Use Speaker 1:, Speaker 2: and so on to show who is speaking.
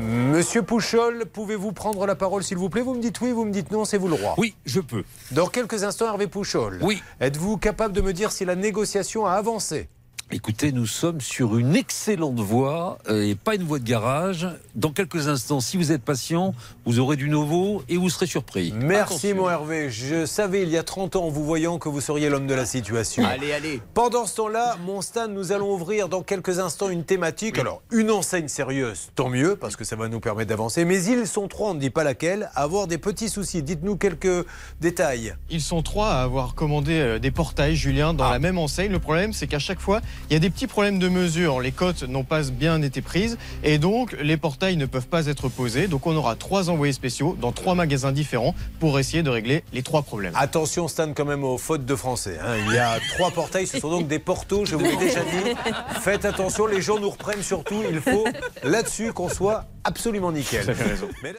Speaker 1: Monsieur Pouchol, pouvez-vous prendre la parole, s'il vous plaît Vous me dites oui, vous me dites non, c'est vous le roi.
Speaker 2: Oui, je peux.
Speaker 1: Dans quelques instants, Hervé Pouchol.
Speaker 2: Oui.
Speaker 1: Êtes-vous capable de me dire si la négociation a avancé
Speaker 2: Écoutez, nous sommes sur une excellente voie euh, et pas une voie de garage. Dans quelques instants, si vous êtes patient, vous aurez du nouveau et vous serez surpris.
Speaker 1: Merci
Speaker 2: Attention.
Speaker 1: mon Hervé. Je savais il y a 30 ans en vous voyant que vous seriez l'homme de la situation.
Speaker 3: Allez, allez.
Speaker 1: Pendant ce temps-là, mon Stan, nous allons ouvrir dans quelques instants une thématique. Alors, une enseigne sérieuse, tant mieux, parce que ça va nous permettre d'avancer. Mais ils sont trois, on ne dit pas laquelle, à avoir des petits soucis. Dites-nous quelques détails.
Speaker 4: Ils sont trois à avoir commandé euh, des portails, Julien, dans la même enseigne. Le problème, c'est qu'à chaque fois, il y a des petits problèmes de mesure. Les cotes n'ont pas bien été prises et donc les portails ne peuvent pas être posés. Donc on aura trois envoyés spéciaux dans trois magasins différents pour essayer de régler les trois problèmes.
Speaker 1: Attention, Stan, quand même aux fautes de français. hein. Il y a trois portails, ce sont donc des portos, je vous l'ai déjà dit. Faites attention, les gens nous reprennent surtout. Il faut là-dessus qu'on soit absolument nickel. Mais là-